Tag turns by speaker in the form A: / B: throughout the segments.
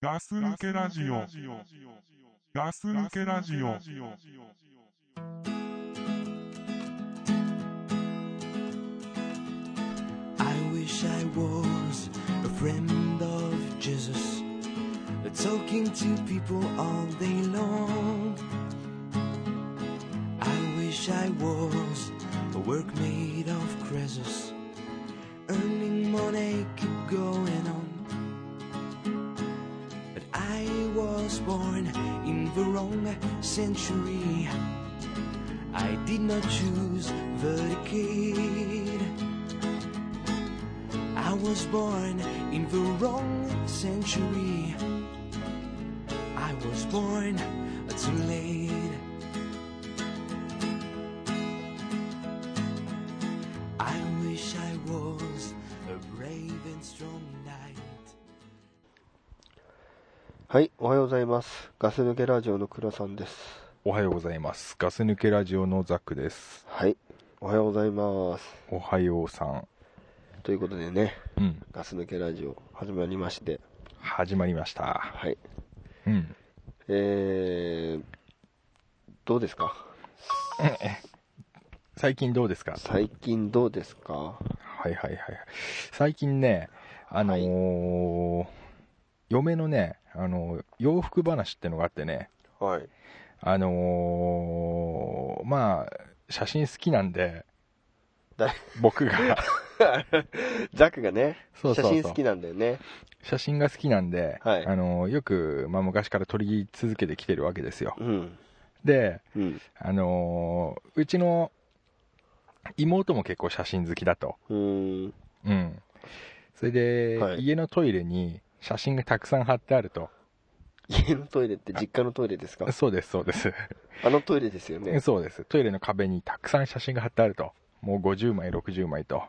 A: ガス抜けラジオ。ガス抜けラジオ。
B: I wish I was a friend of Jesus, talking to people all day long. I wish I was a work made of Croesus, earning money, keep going on. But I was born in the wrong century. I did not choose the decade. I was born in the wrong century. I was born too late. I wish I was a brave and strong knight.
C: はい、おはようございます。ガス抜けラジオの倉さんです。
D: おはようございます。ガス抜けラジオのザックです。
C: はい、おはようございます。
D: おはようさん。
C: ということでね、
D: うん。
C: ガス抜けラジオ始まりまして、
D: 始まりました。
C: はい。
D: うん。
C: えー、どうですか
D: 最近どうですか
C: 最近どうですか
D: はいはいはいはい。最近ね、あのー嫁のね、あのー洋服話ってのがあってね、
C: はい。
D: あのーまあ、写真好きなんで
C: だい、
D: 僕が、
C: ザックがね、
D: そうそうそう
C: 写真好きなんだよね。
D: 写真が好きなんで、
C: はい
D: あのーよく、まあ、昔から撮り続けてきてるわけですよ。
C: うん。
D: で、
C: うん。
D: あのーうちの妹も結構写真好きだと。
C: うーん。
D: うん。それで、
C: はい
D: 家のトイレに写真がたくさん貼ってあると。
C: 家のトイレって実家のトイレですか
D: そうです、そうです。
C: あのトイレですよね。
D: そうです。トイレの壁にたくさん写真が貼ってあると。もう50枚、60枚と。ま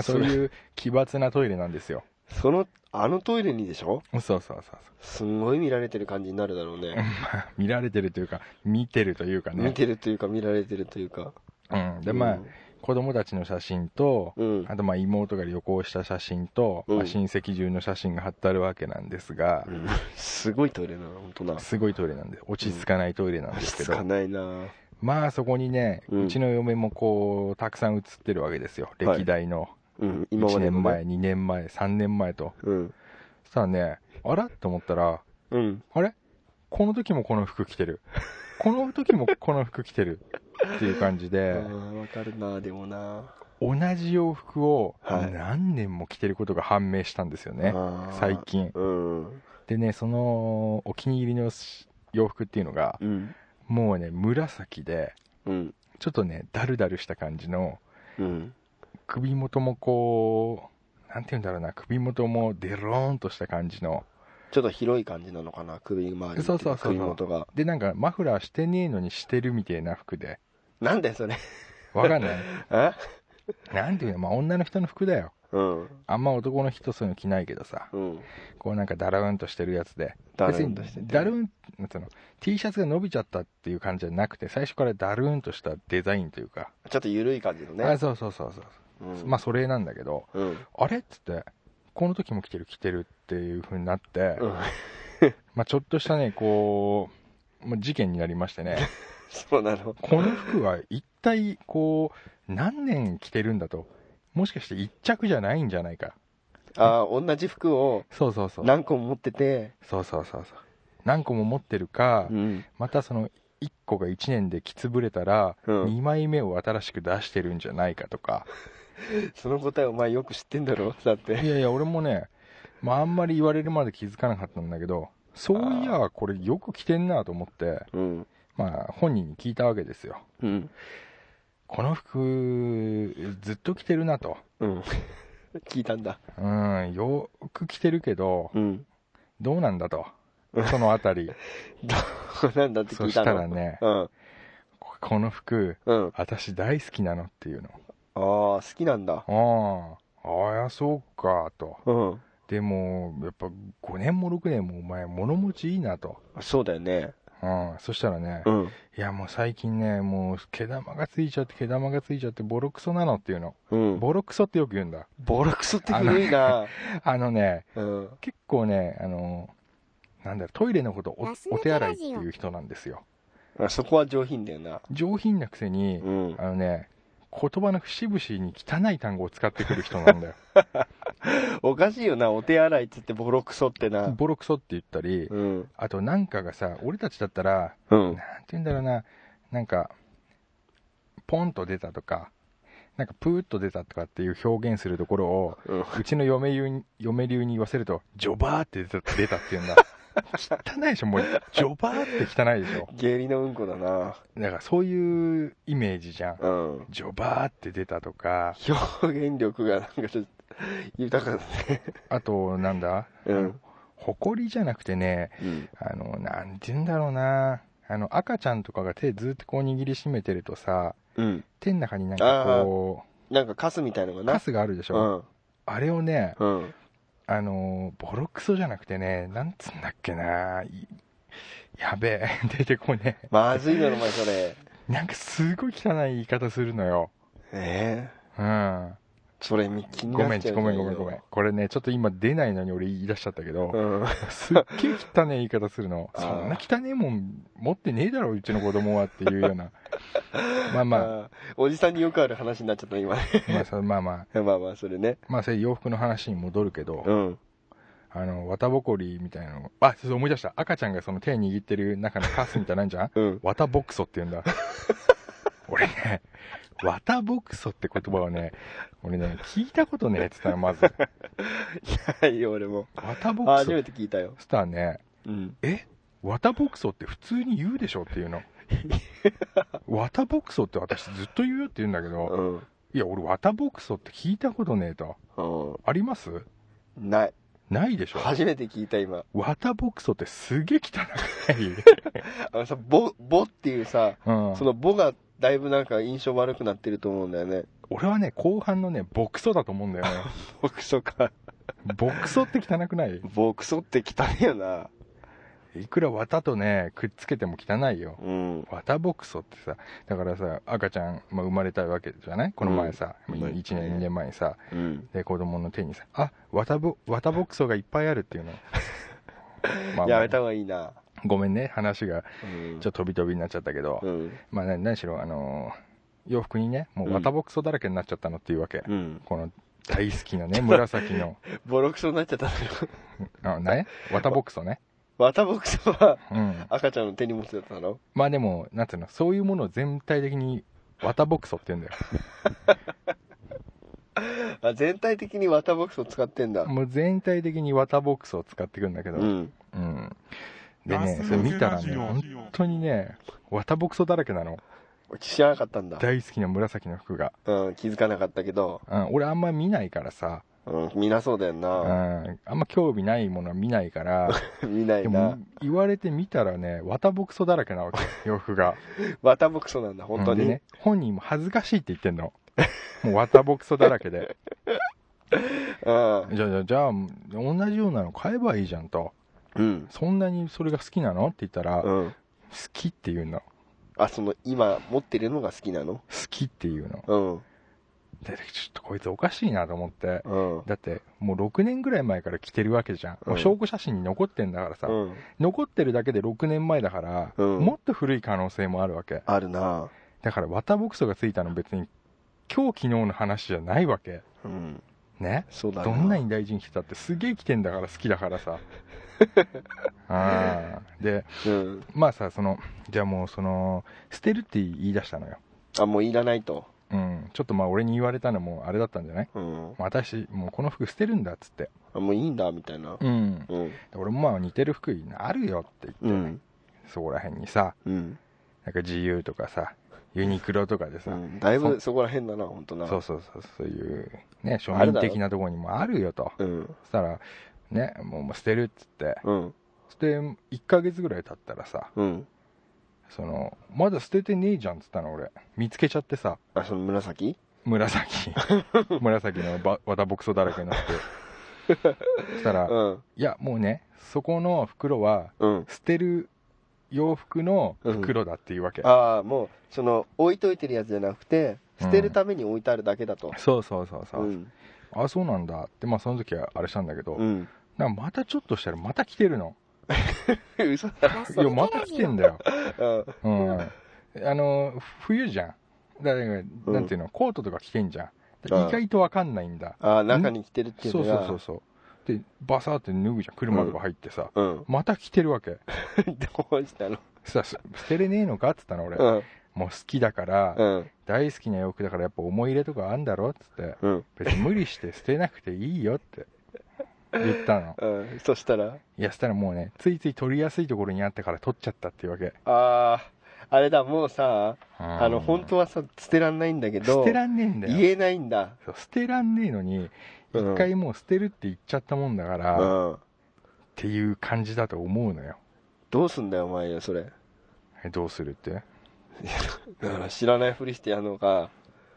D: あ、
C: そ
D: そう
C: れ
D: いう奇抜なトイレなんですよ。
C: その、あのトイレにでしょ
D: そうそうそうそう。
C: すんごい見られてる感じになるだろうね。
D: まあ見られてるというか、見てるというかね。
C: 見てるというか見られてるというか。
D: うん。で、まあ、子供たちの写真と、
C: うん
D: あとまあ妹が旅行した写真と、
C: うん
D: まあ親戚中の写真が貼ってあるわけなんですが、
C: うん、すごいトイレな本当な
D: すごいトイレなんで落ち着かないトイレなんです
C: 落
D: け
C: ち着
D: ど、
C: かないな
D: まあそこにね、
C: う
D: うんちの嫁もこうたくさん写ってるわけですよ
C: はい
D: 歴代の
C: うん今ま
D: 1
C: での
D: 年前、
C: ね
D: 2年前3年前と
C: うん
D: そしたらねあらと思ったら
C: うん
D: あれこの時もこの服着 てるこの時もこの服着てるっていう感じ
C: あ
D: で
C: ーわかるなでもな
D: 同じ洋服を
C: はい
D: 何年も着てることが判明したんですよね、
C: あー
D: 最近
C: うん
D: でねそのお気に入りのし洋服っていうのが
C: うん
D: もうね紫で
C: うん
D: ちょっとねダルダルした感じの
C: うん
D: 首元もこうなんて言うんだろうな首元もデローンとした感じの
C: ちょっと広い感じなのかな首周りってい
D: そうそうそうそう
C: 首元が
D: でなんかマフラーしてねえのにしてるみたいな服で
C: なんでそ れ
D: わかんない
C: え
D: なんていうのまあ女の人の服だよ
C: うん
D: あんま男の人そういうの着ないけどさ
C: うん
D: こうなんかダラーンとしてるやつで
C: ダルーンとしてて
D: 別にダルーンなんつうの T シャツが伸びちゃったっていう感じじゃなくて最初からダルーンとしたデザインというか、
C: ちょっと緩い感じの
D: あ
C: ね
D: そうそうそうそう、
C: うん
D: まあそれなんだけど
C: うん
D: あれっつってこの時も着てる着てるっていう風になって、
C: うん
D: まあ、ちょっとしたね、こう、まあ、事件になりましてね、
C: そうなの
D: この服は一体、こう、何年着てるんだと、もしかして一着じゃないんじゃないか。
C: あー同じ服を
D: そうそうそう。
C: 何個も持ってて
D: そうそうそうそう。何個も持ってるか、
C: うん
D: またその、1個が1年で着つぶれたら、
C: うん
D: 2枚目を新しく出してるんじゃないかとか。
C: その答えお前よく知ってんだ ろだって
D: いやいや、俺もね、まああんまり言われるまで気づかなかったんだけど、そういや、これよく着てんなと思って、
C: うん
D: まあ本人に聞いたわけですよ。
C: うん
D: この服ずっと着てるなと、
C: うん。 聞いたんだ。
D: うん、よく着てるけど
C: うん。
D: どうなんだとそのあたり
C: どうなんだって聞
D: そ
C: い
D: したた
C: の。
D: らね
C: うん。
D: ここの服
C: うん。
D: 私大好きなのっていうの
C: ああ、好きなんだ。
D: ああああいやそうかと
C: うん。
D: でもやっぱ5年も6年もお前物持ちいいなと、
C: そうだよね。
D: うん、そしたらね、
C: うん。
D: いやもう最近ねもう毛玉がついちゃって毛玉がついちゃってボロクソなのっていうの
C: うん。
D: ボロクソってよく言うんだ
C: ボロクソって古いな。
D: あのね
C: うん。
D: 結構ねあのなんだろう、トイレのことお
E: ガス抜け
D: お手洗いっていう人なんですよ。
C: あそこは上品だよな。
D: 上品なくせに、
C: うん。
D: あのね、言葉の節々に汚い単語を使ってくる 人なんだよ。
C: おかしいよな、お手洗いっつってボロクソってな。
D: ボロクソって言ったり、
C: うん。
D: あとなんかがさ、俺たちだったら、
C: うん
D: なん。て言うんだろうな、なんか、ポンと出たとか、なんかプーッと出たとかっていう表現するところを、
C: うん
D: うちの嫁流に嫁流に言わせると、ジョバーって出た出たって言う んだ。汚いでしょ、もう、ジョバーって汚いでしょ。
C: 下痢のうんこだな。
D: だからそういうイメージじゃん。
C: うん。
D: ジョバーって出たとか、
C: 表現力がなんかちょっと豊かだね。
D: あと、なんだ、
C: うん。
D: 誇りじゃなくてね、
C: うん。
D: あの、なんて言うんだろうな、あの、赤ちゃんとかが手ずっとこう握りしめてるとさ、
C: うん。
D: 手の中になんかこ
C: なんかカスみたいのが
D: う、
C: な。
D: カスがあるでし
C: う
D: ょ。
C: ん。
D: あれをね、
C: うん。
D: あのーボロクソじゃなくてね、なんつうんだっけな、いやべえ、 出てこね
C: まずいだろ、お前それ。
D: え。なんかすごい汚い言い方するのよ。
C: ええ
D: うん。
C: それ気に
D: ご
C: な
D: め
C: っ
D: ん、
C: ちゃう
D: ごめん、ごめん、ごめん。これね、ちょっと今出ないのに俺言い出しちゃったけど、
C: ん。うん。
D: すっげえ汚い言い方するの。
C: あー
D: そんな汚えもん持ってねえだろ、うちの子供はっていうよ うな。まあまあ、
C: あー おじさんによくある話になっちゃった、今ね。
D: まあそ、まあまあ、
C: まあまあ、それね。
D: まあ、それ洋服の話に戻るけど、
C: うん。
D: あの、綿ぼこりみたいなの。あ、そうそう思い出した。赤ちゃんがその手握ってる中のカスみたいなんじゃん
C: うん。
D: 綿ボクソって言うんだ。俺ね、綿ボクソって言葉をね、俺ね、聞いたことねえって言ったの、まず。
C: はい、俺も。
D: 綿ボク
C: 初
D: ソ。
C: めて聞いたよ。
D: そしたらね、
C: うん。
D: え綿ボクソって普通に言うでしょっ ていうの。綿ボクソって私ずっと言うよって言うんだけ
C: う
D: ど、
C: ん。
D: いや、俺綿ボクソって聞いたことねえと。
C: う
D: あります
C: ん。ない。
D: ないでしょ
C: 初めて聞いた、今。
D: 綿ボクソってすげえ汚 くない、
C: あのさ、ぼ、ぼっていうさ、
D: うん
C: そのぼがだいぶなんか印象悪くなってると思うんだよね。
D: 俺はね、後半のね、ボクソだと思う んだよね。
C: ボクソか。
D: ボクソって汚くない
C: ボクソって汚いよな。
D: いくら綿とね、くっつけても汚いよ。
C: うん。
D: 綿ボクソってさ、だからさ、赤ちゃん、まあ、生まれたわけじゃないこの前さ、
C: うん
D: 1年、2年前にさ、
C: うん。
D: で、子供の手にさ、あ、綿ボ、綿ボクソがいっぱいある っていうの。まあまあ
C: やめた方がいいな。
D: ごめんね、話が
C: うん
D: ちょっと飛び飛びになっちゃったけど、
C: うん。
D: まあな何しろ、あのー洋服にね、もう綿ボクソだらけになっちゃったのっていうわけ。
C: うん。
D: この大好きな ね、紫の、
C: ボロクソになっちゃった んだろ。
D: あ、ね、綿ボクソね。
C: またボクソは
D: うん。
C: 赤ちゃんの手に持ってたの
D: まあでも、なんつうの、そういうものを全体的に、綿ボクソって言うんだよ。
C: あ、全体的にまたボクソ使ってんだ。
D: もう全体的に綿ボクソを使ってくるんだけど、
C: う
D: うん。
C: ん。
D: でね、それ見たらね、本当にね、綿ボクソだらけなの。
C: 知らなかったんだ。
D: 大好きな紫の服が。
C: うん、気づかなかったけど、
D: うん、俺あんま見ないからさ、
C: うん、見なそうだよ
D: うん、
C: な。
D: あんま興味ないものは見ないから、
C: 見な
D: で
C: い
D: も
C: な。
D: 言われてみたらね、綿ボクソだらけな わけ、洋服が。
C: またボクソなんだ、本当
D: うん
C: に。
D: でね、本人も恥ずかしいって言ってんの。もう綿ボクソだらけで。
C: うん。
D: じゃあ、じゃあ、じゃあ、同じようなの買えばいいじゃんと。
C: うん。
D: そんなにそれが好きなのって言ったら、
C: う
D: 好
C: ん。
D: きって言うの。
C: あ、その、今持ってるのが好きなの
D: 好きって言うの。
C: うん。
D: で、ちょっとこいつおかしいなと思って。
C: うん。
D: だって、もう6年ぐらい前から着てるわけじゃん。
C: うん
D: 証拠写真に残ってんだからさ、
C: うん。
D: 残ってるだけで6年前だから、
C: うん
D: もっと古い可能性もあるわけ。
C: あるな。
D: だから、綿ボクソがついたの別に、今日昨日の話じゃないわけ。
C: うん。
D: ね。
C: そうだ
D: どんなに大事に着てたってすげえ着てんだから好きだから さあーで
C: うん。
D: まあさそのじゃあもうその捨てるって言い出したのよ
C: あ、もういらないと。
D: うんちょっとまあ俺に言われたのもあれだったんじゃない
C: うん。
D: 私もうこの服捨てるんだっつって
C: あ、もういいんだ、みたいな。
D: うん
C: うん。
D: 俺もまあ似てる服あるよって
C: う
D: 言って、
C: ん。
D: そこら辺にさ
C: うん。
D: なんか GU とかさユニクロとかで
C: う
D: さ、
C: んだいぶそこら辺だな、本当な。
D: そうそうそうそういうね庶
C: ある
D: 民
C: だろ
D: 的なところにもあるよと
C: うん。
D: そしたらねもうもう捨てるっつって
C: うん。
D: そして1ヶ月ぐらい経ったらさ
C: うん。
D: そのまだ捨ててねえじゃんっつったの俺見つけちゃってさ
C: あ、その紫
D: 紫紫のバ綿ボクソだらけになってそしたら、
C: う
D: い
C: ん。
D: やもうねそこの袋は
C: うん。
D: 捨てる洋服の袋だっていうわけ、
C: ああ、もう、その、置いといてるやつじゃなくて、捨てるために置いてあるだけだと。
D: そうそうそうそうう、
C: ん。
D: あそうなんだってまあその時はあれしたんだけど、
C: うん。
D: なんかまたちょっとしたらまた来てるの
C: 嘘だ。
D: いや、また来てん だよ。
C: うん。
D: うん。あの、冬じゃん。だから、なんていうの、コートとか着てんじゃん。だから
C: うん
D: 意外とわかんないんだ。
C: ああ、中に来てるっていう
D: そ
C: の
D: う
C: が。
D: そうそうそう。で、バサーって脱ぐじゃん。車とか入ってさ。
C: うん。
D: また着てるわけ。
C: どうしたの
D: さ、す捨てれねえのかって言ったの、俺。
C: うん。
D: もう好きだから、
C: うん。
D: 大好きな洋服だからやっぱ思い入れとかあんだろっつって。
C: うん。
D: 別に無理して捨てなくていいよって言ったの。
C: うん。そしたら、
D: いや、そしたらもうね、ついつい取りやすいところにあったから取っちゃったっていうわけ。
C: ああ、あれだ、もうさ、
D: あ
C: あの、本当はさ、捨てらんないんだけど、
D: 捨てらんねえんだよ。
C: 言えないんだ。
D: そう捨てらんねえのに、
C: うん
D: 一回もう捨てるって言っちゃったもんだから、っ
C: うん。
D: ていう感じだと思うのよ。
C: どうすんだよ、お前ら、それ。
D: えどうするって
C: だから知らないふりしてやるのか。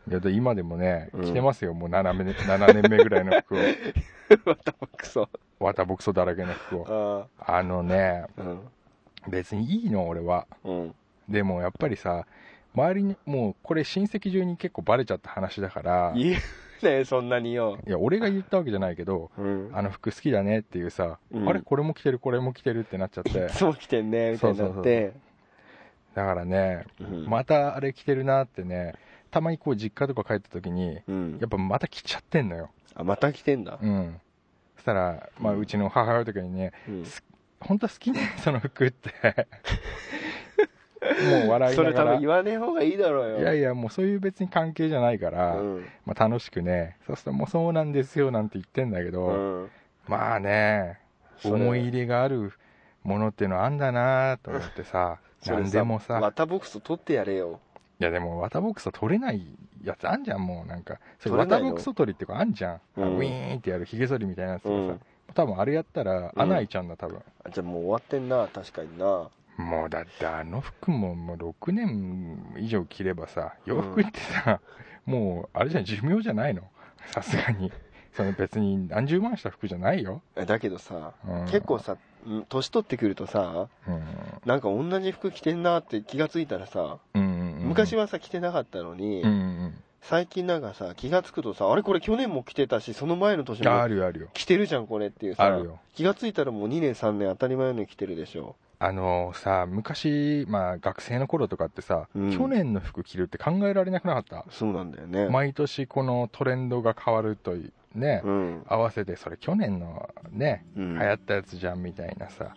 D: いや、で今でもね、
C: うん
D: 着てますよ、もう7年 ,7 年目ぐらいの 服を。
C: またクソ。
D: わたぼくそだらけの服を。
C: あ
D: あのね、
C: あ、うん。
D: 別にいいの、俺は。
C: うん。
D: でもやっぱりさ、周りに、もうこれ親戚中に結構バレちゃった話だから、い
C: 言うね、そんなによ。
D: や、俺が言ったわけじゃないけど、
C: うん。
D: あの服好きだねっていうさ、
C: うん
D: あれこれも着てる、これも着てるってなっちゃって
C: い、 つも来てんね、みたいになって。
D: だからね、
C: うん
D: またあれ着てるなってね、たまにこう実家とか帰った時に、
C: うん
D: やっぱまた着ちゃってんのよ。
C: あ、また来てんだ。
D: うん。そしたら、まあうちの母親とかにね、
C: うん
D: 本当は好きね、 その服って。もう笑い
C: そ
D: な
C: れ
D: が
C: 多
D: ら。
C: 分言わねえ方がいいだろうよ。
D: いやいや、もうそういう別に関係じゃないから、
C: うん。
D: まあ楽しくね、そうするともうそうなんですよなんて言ってんだけど、
C: うん。
D: まあね、
C: それ
D: 思い入れがあるものってのはあんだなと思ってさ、
C: それ
D: 何でもさ、
C: またボックス取ってやれよ。
D: いやでも、ワタボクソ取れないやつあんじゃん、もうなんか。それ
C: 取
D: ワ
C: れな
D: タ
C: いの
D: ボクソ取りってかあんじゃん。あの
C: うん
D: ウィーンってやるヒゲ剃りみたいなやつとかさ。
C: うん
D: 多分あれやったら、
C: うん
D: 穴開いちゃうんだ、多分。
C: あじゃあもう終わってんな、確かにな。
D: もうだってあの服ももう6年以上着ればさ、洋服ってさ、もうあれじゃん、寿命じゃないの。さすがに。その別に何十万した服じゃないよ。
C: えだけどさ、
D: うん
C: 結構さ、ん年取ってくるとさ、
D: うん。
C: なんか同じ服着てんなって気がついたらさ、
D: うんうんうん、
C: 昔はさ、着てなかったのに、
D: うんうん
C: 最近なんかさ、気がつくとさ、あれこれ去年も着てたし、その前の年
D: うん。ああ
C: も
D: るよあるよ。
C: 着てるじゃん、これっていう
D: あ
C: さ
D: る、よ。
C: 気がついたらもう2年、3年当たり前のように着てるでしょ。
D: あのさ、昔、まあ学生の頃とかってさ、
C: うん
D: 去年の服着るって考えられなくなかった
C: そうなんだよね。
D: 毎年このトレンドが変わるというね、
C: うん。
D: 合わせてそれ去年のね、
C: うん
D: 流行ったやつじゃんみたいなさ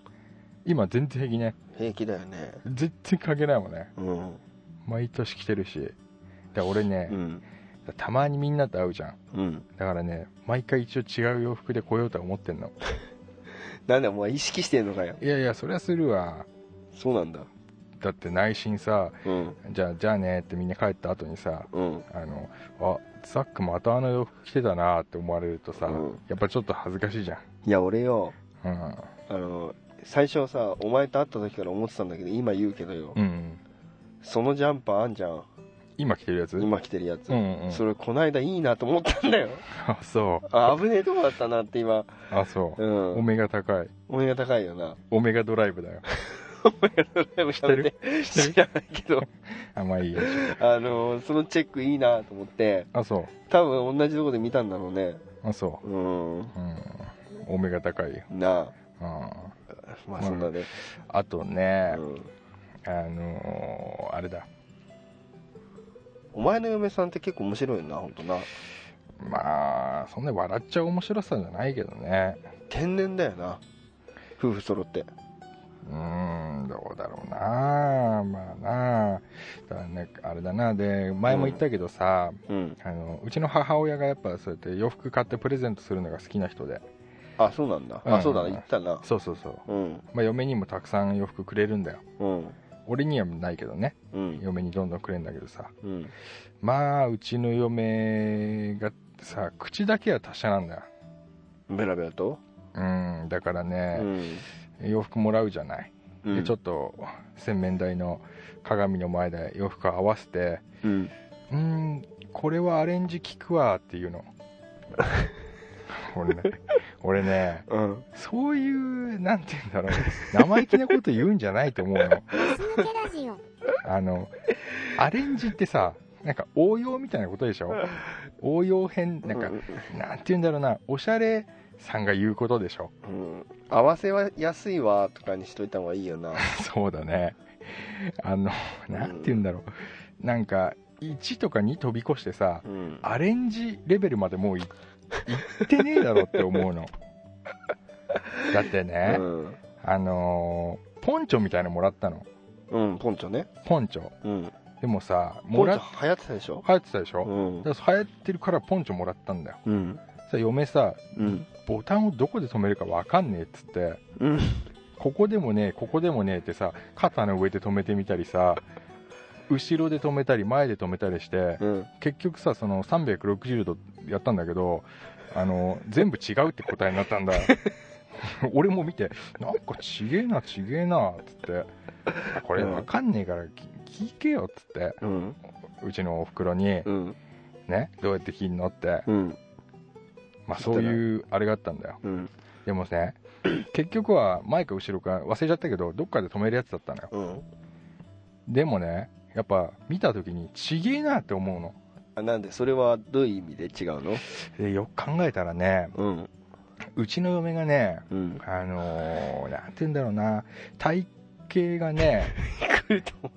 D: 今全然平気ね
C: 平気だよね。
D: 全然関係ないもんね
C: うん。
D: 毎年着てるしで俺ね
C: う、ん。
D: たまにみんなと会うじゃん
C: うん。
D: だからね毎回一応違う洋服で来ようとは思ってんの
C: なんだ、お前意識してんのかよ。
D: いやいやそりゃするわ
C: そうなんだ。
D: だって内心さ
C: うん。
D: じゃあじゃあねってみんな帰った後にさ
C: うん。
D: あのあザックまたあの洋服着てたなって思われるとさ、
C: うん
D: やっぱちょっと恥ずかしいじゃん
C: いや、俺よ、
D: うん
C: あの、最初さ、お前と会った時から思ってたんだけど、今言うけどよ、
D: うん、
C: そのジャンパーあんじゃん。
D: 今着てるやつ
C: 今着てるやつ。
D: うんうん、
C: それ、こないだいいなと思ったんだよ。
D: あそう
C: あ、危ねえとこだったなって今。
D: あそうう、お
C: ん。
D: めが高い
C: お目が高いよな。
D: オメガドライブだよ
C: でも
D: 知ってる
C: やめて知らないけど、
D: あまあいいよ
C: あの、そのチェックいいなと思って、
D: あそ
C: 多分同じとこで見たんだろうね。
D: うあそ
C: うん。
D: ううんオメガ高いよ、
C: な
D: うん、
C: あ。まあ、そんなね。
D: あとね
C: う、ん。
D: あのーあれだ
C: お前の嫁さんって結構面白いよな、ほんとな。
D: まあそんな笑っちゃう面白さじゃないけどね
C: 天然だよな。夫婦揃って。
D: うーんどうだろうなまあなだからねあれだなで前も言ったけどさ、
C: うん。
D: あのうちの母親がやっぱそうやって洋服買ってプレゼントするのが好きな人で
C: あ、そうなんだ。
D: う
C: あ、
D: ん
C: そうだな、言ってたな。
D: そうそうそう
C: うん。
D: まあ、嫁にもたくさん洋服くれるんだよ
C: うん。
D: 俺にはないけどね
C: うん。
D: 嫁にどんどんくれるんだけどさ
C: うん。
D: まあうちの嫁がさ口だけは達者なんだよ
C: ベラベラと
D: うんだから
C: う
D: ね、
C: ん。
D: 洋服もらうじゃない、
C: う
D: で
C: ん
D: ちょっと洗面台の鏡の前で洋服を合わせて
C: うん。
D: うんこれはアレンジ効くわっていうの俺ね俺ね
C: うん。
D: そういうなんて言うんだろう生意気なこと言うんじゃないと思うよ
E: 抜けラ ジオ
D: あの、アレンジってさ、なんか応用みたいなことでしょ応用編、なんか、なんて言うんだろうな、おしゃれさんが言うことでしょ
C: うん、合わせは安いわとかにしといた方がいいよな、
D: そうだねあのなんて言うんだろうなんか1とか2飛び越してさ
C: うん、
D: アレンジレベルまでもういいってねえだろって思 うのだってね、
C: うん、
D: あのーポンチョみたいなのもらったの
C: うん、ポンチョね、
D: ポンチョ
C: うん、
D: でもさ
C: ポ
D: も
C: ンチ
D: らっ
C: ョ流行ってたでしょ、
D: 流行ってたでしょ、
C: うん
D: だから流行ってるからポンチョもらったんだよ
C: うん
D: さ嫁さ
C: うん
D: ボタンをどこで止めるかわかんねえっつって
C: うん
D: ここでもねえここでもねえってさ肩の上で止めてみたりさ後ろで止めたり前で止めたりして
C: うん
D: 結局さその360度やったんだけどあの全部違うって答えになったんだ 俺も見てなんかちげえなちげえなっつってこれわかんねえからき聞けよっつって
C: うん
D: うちのおふくろに
C: うん
D: ねどうやって切んのって
C: うん
D: まあそういうあれがあったんだよ
C: うん
D: でもね結局は前か後ろか忘れちゃったけどどっかで止めるやつだったのよ
C: うん
D: でもねやっぱ見た時にちげえなって思うの
C: あなんでそれはどういう意味で違うの
D: でよく考えたらね
C: うん
D: うちの嫁がね
C: うん
D: あのー、なんて言うんだろうな体型が ね
C: 来ると思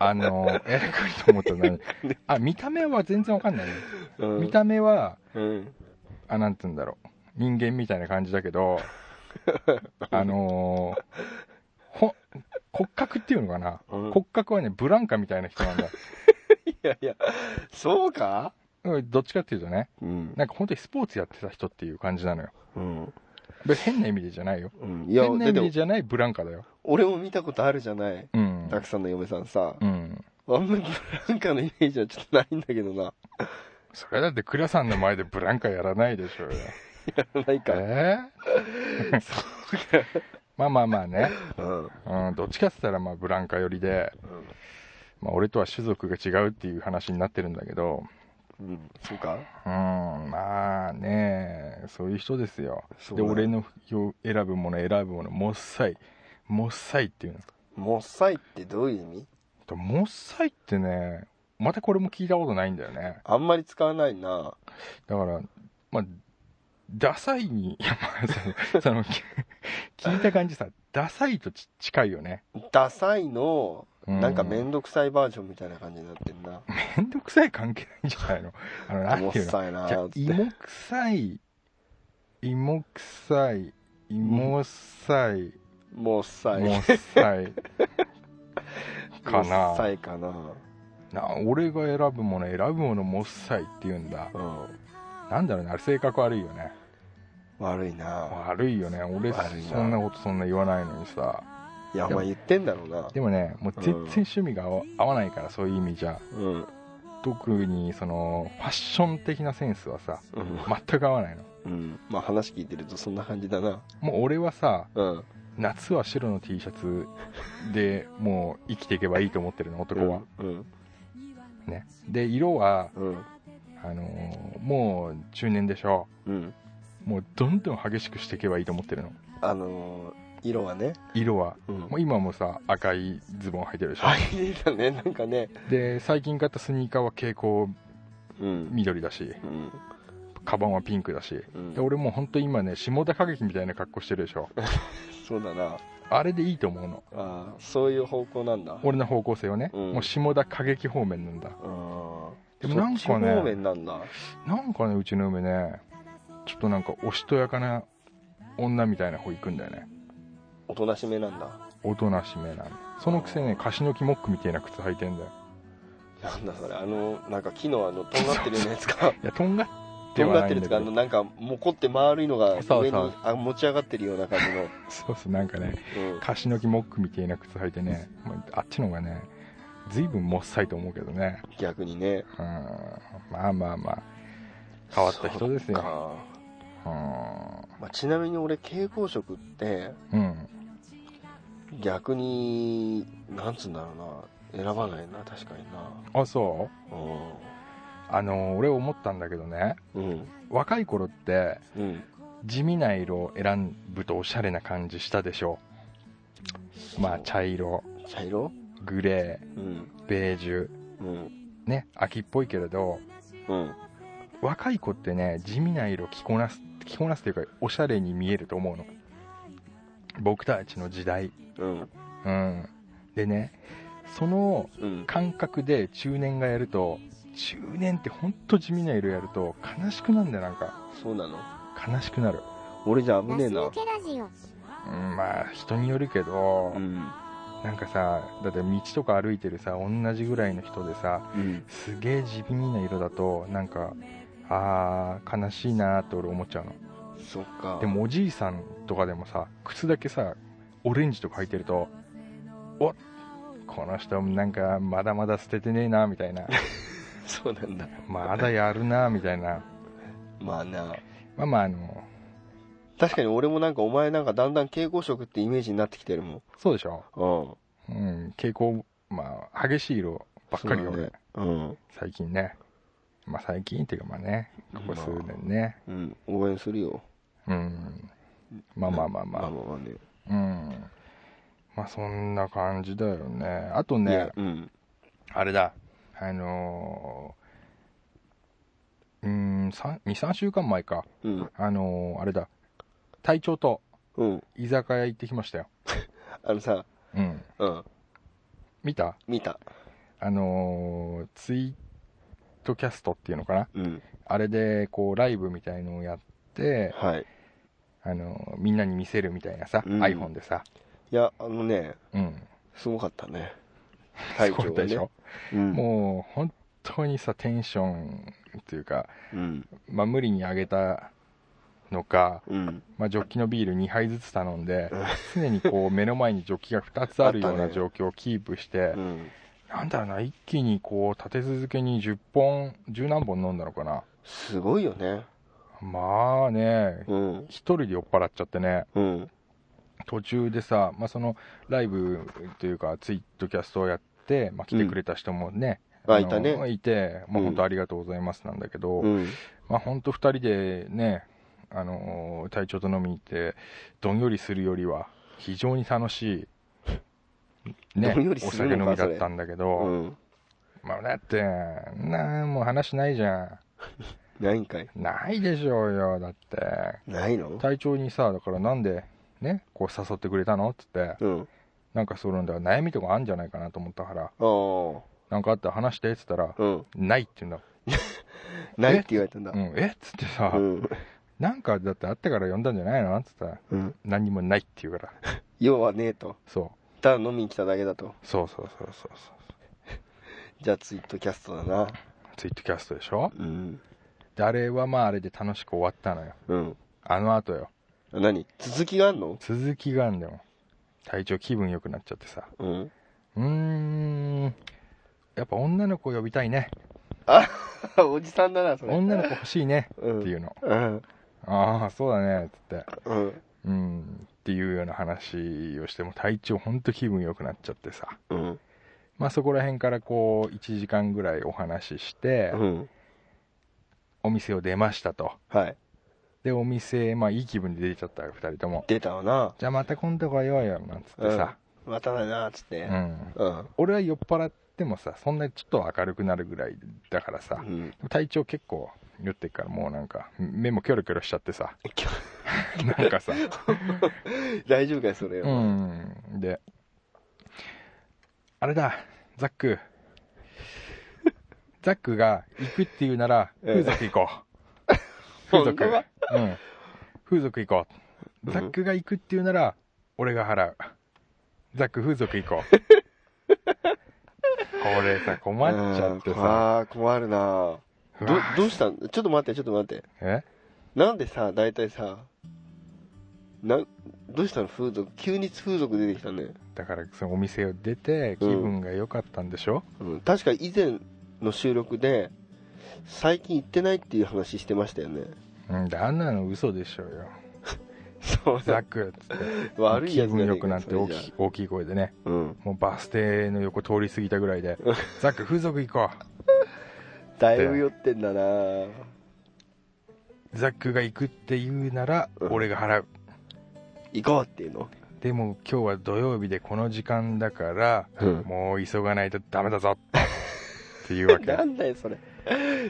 D: あのー、え来ると思ったのにあ見た目は全然わかんない、ね
C: う、うん、
D: 見た目は
C: うん
D: あなんて言うんだろう人間みたいな感じだ けどあのー、ほ骨格っていうのかな
C: うん
D: 骨格はねブランカみたいな人なんだ
C: いやいやそうか
D: うんどっちかっていうとね
C: うん
D: なんか本当にスポーツやってた人っていう感じなのよ
C: うん
D: 別に変な意味でじゃないよ
C: うんいや
D: 変な
C: だ
D: 意
C: って
D: 味でじゃないブランカだよ
C: 俺も見たことあるじゃない
D: うん
C: たくさんの嫁さんさ
D: うん
C: あんまりなんかのイメージはちょっとないんだけどな
D: それだって倉さんの前でブランカやらないでしょうよ
C: ない か
D: え ーまあまあまあね、
C: うん
D: うん、どっちかって言ったらまあブランカ寄りで、まあ、俺とは種族が違うっていう話になってるんだけど
C: うんそうか
D: うんまあねそういう人ですよ
C: そう
D: で
C: だ
D: 俺の選ぶもの選ぶものもっさいもっさいっていうんですか
C: もっさいってどういう意味
D: ともっさいってねまたこれも聞いたことないんだよね
C: あんまり使わないな
D: だからまあダサいにい やまあそのその聞聞いた感じさダサいとち近いよね、
C: ダサいの
D: う
C: なんか
D: め
C: 面倒くさいバージョンみたいな感じになってんな
D: んどくさい関係ないんじゃないのあのなん
C: もって
D: いうの
C: さいな
D: じゃあ
C: ーって
D: 芋臭い芋臭い芋臭い
C: もっさい
D: もっさ いか
C: もっ
D: な
C: さいかな
D: な俺が選ぶもの選ぶものもっさいって言うんだ
C: うん
D: なんだろうねあれ性格悪いよね
C: 悪いな
D: 悪いよね俺
C: 悪いな
D: そんなことそんな言わないのにさ
C: いやお前言ってんだろうな
D: でもねもう全然趣味が合わ合わないからそういう意味じゃ
C: うん
D: 特にそのファッション的なセンスはさ
C: うん
D: 全く合わないの
C: うんまあ話聞いてるとそんな感じだな
D: もう俺はさ
C: うん
D: 夏は白の T シャツでもう生きていけばいいと思ってるの男は、
C: うん
D: ねで色は
C: うん
D: あのーもう中年でしょ
C: うん
D: もうどんどん激しくしていけばいいと思ってるの
C: あのー色はね
D: 色は
C: うん
D: もう今もさ赤いズボン履いてるでしょ、
C: あいいだねなんかね
D: で最近買ったスニーカーは蛍光
C: うん
D: 緑だし
C: うん
D: カバンはピンクだし
C: うん
D: で俺もう本当今ね下田景樹みたいな格好してるでしょ
C: そうだな
D: あれでいいと思うの
C: あーそういう方向なんだ
D: 俺の方向性はね、
C: うん
D: もう下田景樹方面なんだ
C: うん
D: でもなん
C: そ
D: か
C: っち方
D: ね
C: 面なんだ
D: なんかねうちの嫁ねちょっとなんかおしとやかな女みたいな方行くんだよね
C: おとなしめなんだ
D: おとなしめなのそのくせね樫の木モックみたいな靴履いてんだよ
C: なんだそれあのなんか木のあのとんがってるようなやつか
D: いやとんがって
C: とん
D: は
C: がっ
D: な
C: てる
D: いん
C: や
D: だ
C: つか
D: け
C: あの
D: ど
C: なんかもこって丸いのが
D: そう
C: 上に
D: そう
C: あ持ち上がってるような感じの
D: そうそうなんかね
C: うん
D: 樫の木モックみたいな靴履いてねもうあっちの方がね随分もっさいと思うけどね
C: 逆にね
D: うんまあまあまあ変わった人です
C: そっ
D: よ
C: か
D: う
C: まあ、ちなみに俺蛍光色って
D: んうん
C: 逆になんつうんだろうな選ばないな確かにな
D: あそう
C: う
D: あの俺思ったんだけどね
C: んうん
D: 若い頃って
C: うん
D: 地味な色を選ぶとおしゃれな感じしたでしょまあ茶色
C: 茶色
D: グレ
C: うん
D: ーベージュ
C: うん
D: ね秋っぽいけれど
C: うん
D: 若い子ってね地味な色着こなす着こなすというかおしゃれに見えると思うの僕たちの時代
C: うん
D: うんでねその
C: うん
D: 感覚で中年がやると中年ってほんと地味な色やると悲しくなんだよなんか
C: そうなの
D: 悲しくなる
C: 俺じゃ危
E: ガ
C: ねえ
E: ス
C: な
E: 抜けラジオ
D: うんまあ人によるけど、
C: うん
D: なんかさだって道とか歩いてるさ同じぐらいの人でさ
C: うん
D: すげえ地味な色だとなんかあー悲しいなーって俺思っちゃうの
C: そっか
D: でもおじいさんとかでもさ靴だけさオレンジとか履いてるとおっこの人なんかまだまだ捨ててねえなみた いな
C: そうなんだ
D: まだやるなみたいな
C: まあな
D: まあまああの
C: 確かに俺もなんかお前なんかだんだん蛍光色ってイメージになってきてるもん
D: そうでしょ
C: うん
D: うん傾向まあ激しい色ばっかりよ、
C: そうだ
D: 俺
C: ねうん
D: 最近ねまあ最近っていうかまあねここ数年ね
C: うん応援するよ
D: うんまあまあまあま
C: ま
D: あ
C: あまあまあね
D: うんまあそんな感じだよねあと
C: い
D: ね
C: やうん
D: あれだ、あのー、うーん、2、3週間前か、
C: うん
D: あのー、あれだ、隊長と
C: うん
D: 居酒屋行ってきましたよ。
C: あのさ
D: うん。
C: うん
D: 見た
C: 見た
D: あのー、ツイートキャストっていうのかな
C: うん
D: あれで、こう、ライブみたいのをやって、
C: はい
D: あのー、みんなに見せるみたいなさ、
C: うん
D: iPhone でさ、
C: いやあのね
D: うん。
C: すごかったね隊
D: すご
C: 長
D: かった
C: は
D: でしょ
C: ね、うん
D: もう、本当にさ、テンションっていうか、
C: うん
D: まあ、無理に上げたのか、
C: うん
D: まあ、ジョッキのビール2杯ずつ頼んで
C: うん
D: 常にこう目の前にジョッキが2つあるよう
C: あった
D: な
C: ね
D: 状況をキープして、
C: うん
D: なんだろうな一気にこう立て続けに10本10何本飲んだのかな
C: すごいよね
D: まあね
C: うん
D: 一人で酔っ払っちゃってね
C: うん
D: 途中でさ、まあ、そのライブというかツイートキャストをやって、まあ、来てくれた人もね、
C: あ
D: の
C: いたね
D: いて、まあ、
C: うん
D: 本当ありがとうございますなんだけど、
C: うん
D: まあ、本当2人でね、あのー隊長と飲みに行って、どんよりするよりは、非常に楽しい、ね
C: どんより、
D: お
C: す
D: 酒
C: るの
D: 飲
C: か
D: みだったんだけど、
C: うん
D: まあ、だって、なんも話ないじゃ
C: ないんかい
D: ん、ないでしょうよ、だって、
C: ないの
D: 隊長にさ、だからなんで、ね、こう誘ってくれたのってって、
C: うん
D: なんかそうなんだよ、悩みとかあるんじゃないかなと思ったから、
C: ああ
D: なんかあったら話してって言った
C: う
D: ら、
C: ん
D: ないって言うんだ、
C: ないって言われたんだ
D: うん、えっつってさ、
C: うん
D: なんかだってあったから呼んだんじゃないのって言ったら、
C: うん
D: 何にもないって言うから。
C: 用はねえと
D: そう
C: ただ飲みに来ただけだと
D: そうそうそうそうそう
C: じゃあツイートキャストだな
D: ツイートキャストでしょ
C: うん
D: であれはまああれで楽しく終わったのよ
C: うん
D: あの後よ
C: あ何続きがあんの
D: 続きがあんだよ体調気分良くなっちゃってさ
C: うん
D: うーんやっぱ女の子呼びたいね
C: あ おじさんだなそれ
D: 女の子欲しいね
C: うん
D: っていうの、
C: うん
D: ああそうだねっつって
C: うん
D: うんっていうような話をしても体調ほんと気分良くなっちゃってさ
C: うん
D: まあそこら辺からこう1時間ぐらいお話しして、
C: うん
D: お店を出ましたと
C: はい
D: でお店まあいい気分で出ちゃったよ2人とも
C: 出たわな
D: じゃあまた今度来ようよなんつってさ、
C: まただなっつっ
D: う
C: て
D: ん
C: うん
D: 俺は酔っ払ってもさそんなにちょっと明るくなるぐらいだから
C: う
D: さ、
C: ん
D: 体調結構酔ってっからもうなんか目もキョロキョロしちゃってさ
C: キョ
D: なんかさ
C: 大丈夫かいそれ
D: う
C: よ
D: んであれだザッ クザックが行くっていうなら
C: ええ
D: 風俗行こ う、風
C: 本当
D: 俗
C: は
D: うん風俗行こ
C: う
D: うんザックが行くっていうなら俺が払うザック風俗行こ うこれさ困っちゃって
C: うん
D: さ
C: あー困るな
D: う
C: ど
D: わ
C: どうしたんちょっと待ってちょっと待って
D: え
C: なんでさ大体さなんどうしたの風俗急に風俗出てきたね、
D: だからそのお店を出て気分が良かったんでしょ、
C: うん、確か以前の収録で最近行ってないっていう話してましたよね
D: うん、であんなの嘘でしょうよ
C: そう
D: ザックっつって
C: 悪い
D: 気
C: やつじゃ
D: 分
C: ね
D: 良
C: え
D: く
C: か
D: なって
C: それ
D: 大
C: じゃ
D: きい大きい声でね
C: うん
D: もうバス停の横通り過ぎたぐら いで
C: うん
D: 「ザック風俗行こ
C: だいぶ酔ってんだな
D: うザックが行くって言うなら
C: うん
D: 俺が払う
C: 行こうっていうの」
D: でも今日は土曜日でこの時間だから、
C: うん
D: もう急がないとダメだぞっていうわけ
C: なんだよそれ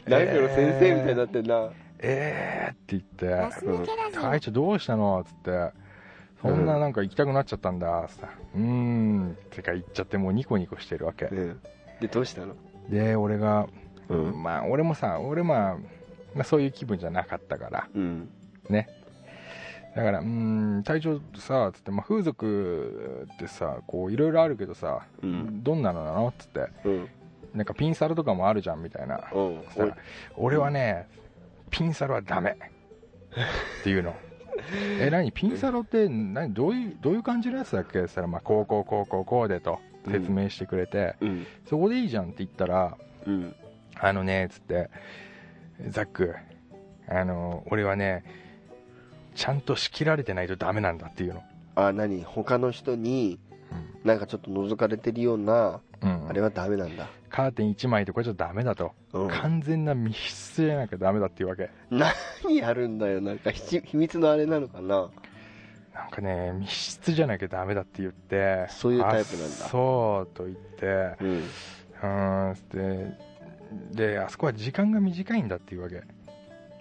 C: 何かの先生みたいになってんな、
D: ええーって言って
E: ガス抜け
D: 「
E: だぞ
D: 隊長どうしたの?」っつって「そんななんか行きたくなっちゃったんだ」つって「うーん」ってか言っちゃってもうニコニコしてるわけ
C: うんでどうしたの
D: で俺が
C: うん
D: まあ俺もさ俺まあまあそういう気分じゃなかったから
C: うん
D: だから「うーん隊長さ」つって、まあ、風俗ってさこういろいろあるけどさ
C: うん
D: どんなのなのっつって
C: うん
D: なんかピンサロとかもあるじゃんみたいな
C: おう
D: さ俺はねピンサロはダメってい うのえ何ピンサロって何どういうどういう感じのやつだっけって言ったら、まあ、こうこうこうこうこうでと説明してくれて、
C: うん
D: そこでいいじゃんって言ったら
C: うん
D: あのねつってザックあの俺はねちゃんと仕切られてないとダメなんだっていうの、
C: あ何他の人になんかちょっと覗かれてるような
D: うん
C: あれはダメなんだ
D: カーテン1枚とかじゃダメだと、
C: うん
D: 完全な密室じゃなきゃダメだっていうわけ
C: 何やるんだよなんかひち秘密のあれなのかな
D: なんかね密室じゃなきゃダメだって言って
C: そういうタイプなんだ
D: あそうと言って
C: うん
D: うーんつってであそこは時間が短いんだっていうわけ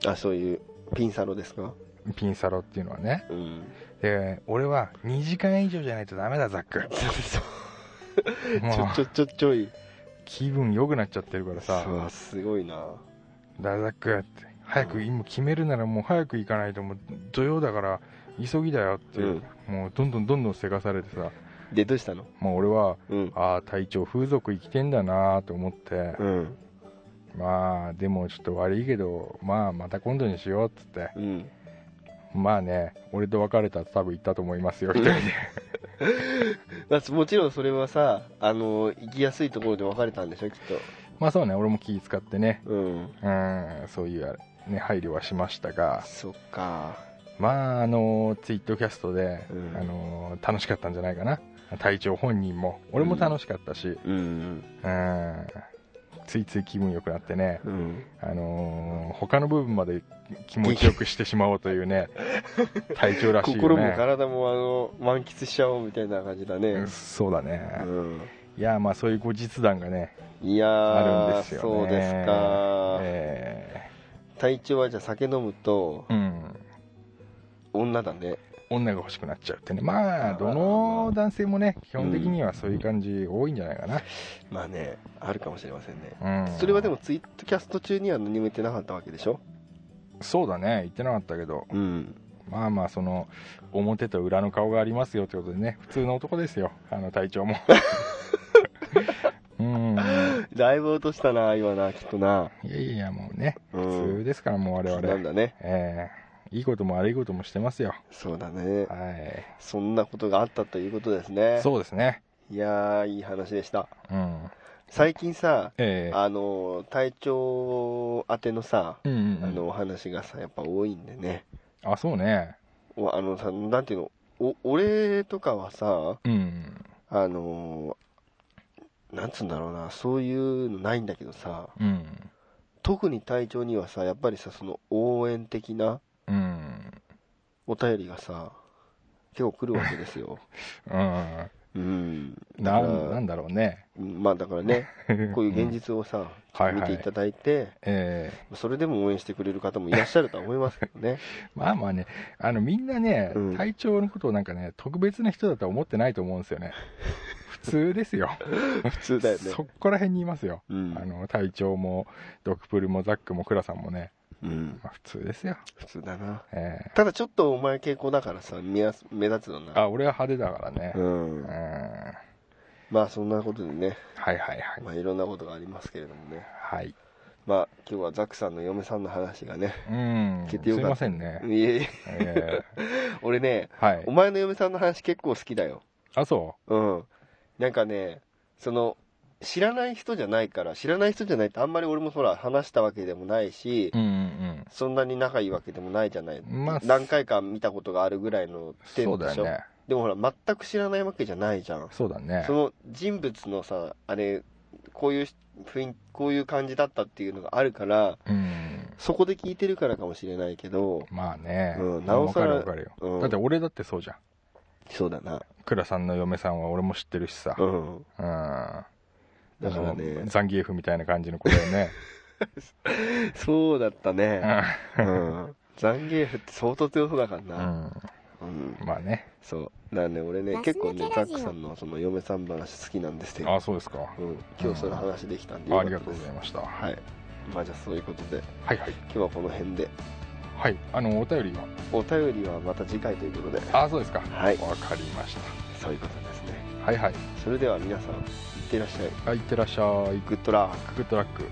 C: あそういうピンサロですか
D: ピンサロっていうのはね
C: うん
D: で俺は2時間以上じゃないとダメだザッ クも
C: ち
D: う
C: ょちょちょちょい
D: 気分良くなっちゃってるからさ
C: うわすごいな
D: だザックって早く今決めるならもう早く行かないともう土曜だから急ぎだよって、
C: うん
D: もうどんどんどんどんせかされてさ
C: でどうしたの
D: もう俺は
C: うん
D: ああ隊長風俗生きてんだなと思って、
C: うん
D: まあでもちょっと悪いけどまあまた今度にしようっつって
C: うん
D: まあね俺と別れたら多分行ったと思いますよ一人 で
C: だってもちろんそれはさあの行きやすいところで別れたんでしょきっ
D: まあそうね俺も気使ってね
C: とうん
D: うんそういうね配慮はしましたが
C: そっか
D: まああのツイットキャストで、
C: うん
D: あの楽しかったんじゃないかな隊長本人も俺も楽しかったし、
C: うん
D: うんついつい気分良くなってね、
C: うん
D: あのー他の部分まで気持ちよくしてしまおうという ね体調らしいよね
C: 心も体もあの満喫しちゃおうみたいな感じだ
D: う
C: ね
D: ん、そうだね、
C: うん、
D: いやまあそういう後日談がね
C: いや
D: あ
C: ー
D: るんですよね
C: そうですか、
D: え
C: 体調はじゃあ酒飲むと
D: ーうん
C: 女だね
D: 女が欲しくなっちゃうってねまあどの男性もね基本的にはそういう感じ多いんじゃないか
C: まあねあるかもしれませんね
D: な、うん
C: それはでもツイートキャスト中には何も言ってなかったわけでしょ
D: そうだね言ってなかったけど
C: うん
D: まあまあその表と裏の顔がありますよってことでね普通の男ですよあの 体調もうん
C: だいぶ落としたな今なきっとない
D: やいやもうね
C: うん
D: 普通ですからもう我
C: なん
D: 々
C: だね
D: えーいいことも悪いこともしてますよ
C: そうだね
D: はい
C: そんなことがあったということですね
D: そうですね
C: いやーいい話でした
D: うん
C: 最近さ
D: ええ
C: あの体調宛てのさ
D: うんうんうん
C: あのお話がさやっぱ多いんでね
D: あそうね
C: おあのさなんていうのお俺とかはさ
D: うん
C: あのーなんつうんだろうなそういうのないんだけどさ
D: うん
C: 特に体調にはさやっぱりさその応援的な
D: うん
C: お便りがさ結構来るわけですよ
D: うん
C: うんだか
D: な
C: ら
D: んなんだろうね
C: まあだからねこう いう現
D: 実
C: 実をさ、
D: はいはい
C: 見ていただいて
D: ええ
C: それでも応援してくれる方もいらっしゃるとは思いますけど ね
D: まあまあねあのみんなね、
C: うん
D: 体調のことをなんかね特別な人だとは思ってないと思うんですよ ね普通ですよ
C: 普通だよね
D: そこら辺にいますよ
C: うん
D: あの隊長もドクプルもザックもクラさんもね、
C: うん
D: まあ、普通ですよ、
C: 普通だな
D: ええ
C: ただちょっとお前傾向だからさ見やす目立つのな
D: あ俺は派手だからね
C: う
D: うん
C: んまあそんなことでね、
D: はいはいはい
C: まあ、いろんなことがありますけれどもね
D: はい
C: まあ今日はザックさんの嫁さんの話がね
D: うん
C: 聞
D: す
C: いてよ
D: い
C: か
D: ま
C: った
D: せんね、
C: いえいえ
D: ええ
C: 俺ね
D: はい
C: お前の嫁さんの話結構好きだよ
D: あそ
C: うんなんかねその知らない人じゃないから知らない人じゃないってあんまり俺もほら話したわけでもないし、
D: ううんうん
C: そんなに仲いいわけでもないじゃない、
D: うんまあ
C: 何回か見たことがあるぐらいの程
D: そ
C: 度
D: う
C: で
D: だ
C: しょ、
D: よね
C: でもほら全く知らないわけじゃないじゃん、
D: そうだね
C: その人物のさあれこういう雰囲こういう感じだったっていうのがあるから
D: うん
C: そこで聞いてるからかもしれないけど
D: まあね、
C: うんなおさら
D: わかるわかるよ、
C: うん
D: だって俺だってそうじゃん
C: そうだな
D: クラさんの嫁さんは俺も知ってるしさ
C: うん
D: うん
C: だからね
D: あのザンギエフみたいな感じの子だよね
C: そうだったね。
D: う
C: うん。残ゲーフって相当強そうだからな。
D: ん
C: うん。
D: まあね
C: そう。だからね、俺ね、
E: ガス抜け
C: 結構ね
E: ラ、ジ
C: ザッ
E: オ
C: クさんのその嫁さん話好きなんですよ。
D: あそうですか
C: うん。今日その話できたんで
D: あ
C: よ
D: あり
C: か
D: が
C: った
D: と
C: で
D: うご
C: す
D: ざい。ましたは
C: はい。まあじゃあそういうことで、
D: いはい
C: 今日はこの辺で、
D: はいあのお便りは
C: お便りはまた次回ということで、
D: あそうですか
C: はい
D: わかりまし
C: そういうことですね。
D: たはいはい
C: それでは皆さん、いってらっしゃい。
D: あいってらっしゃい
C: グッドラック。
D: グッドラック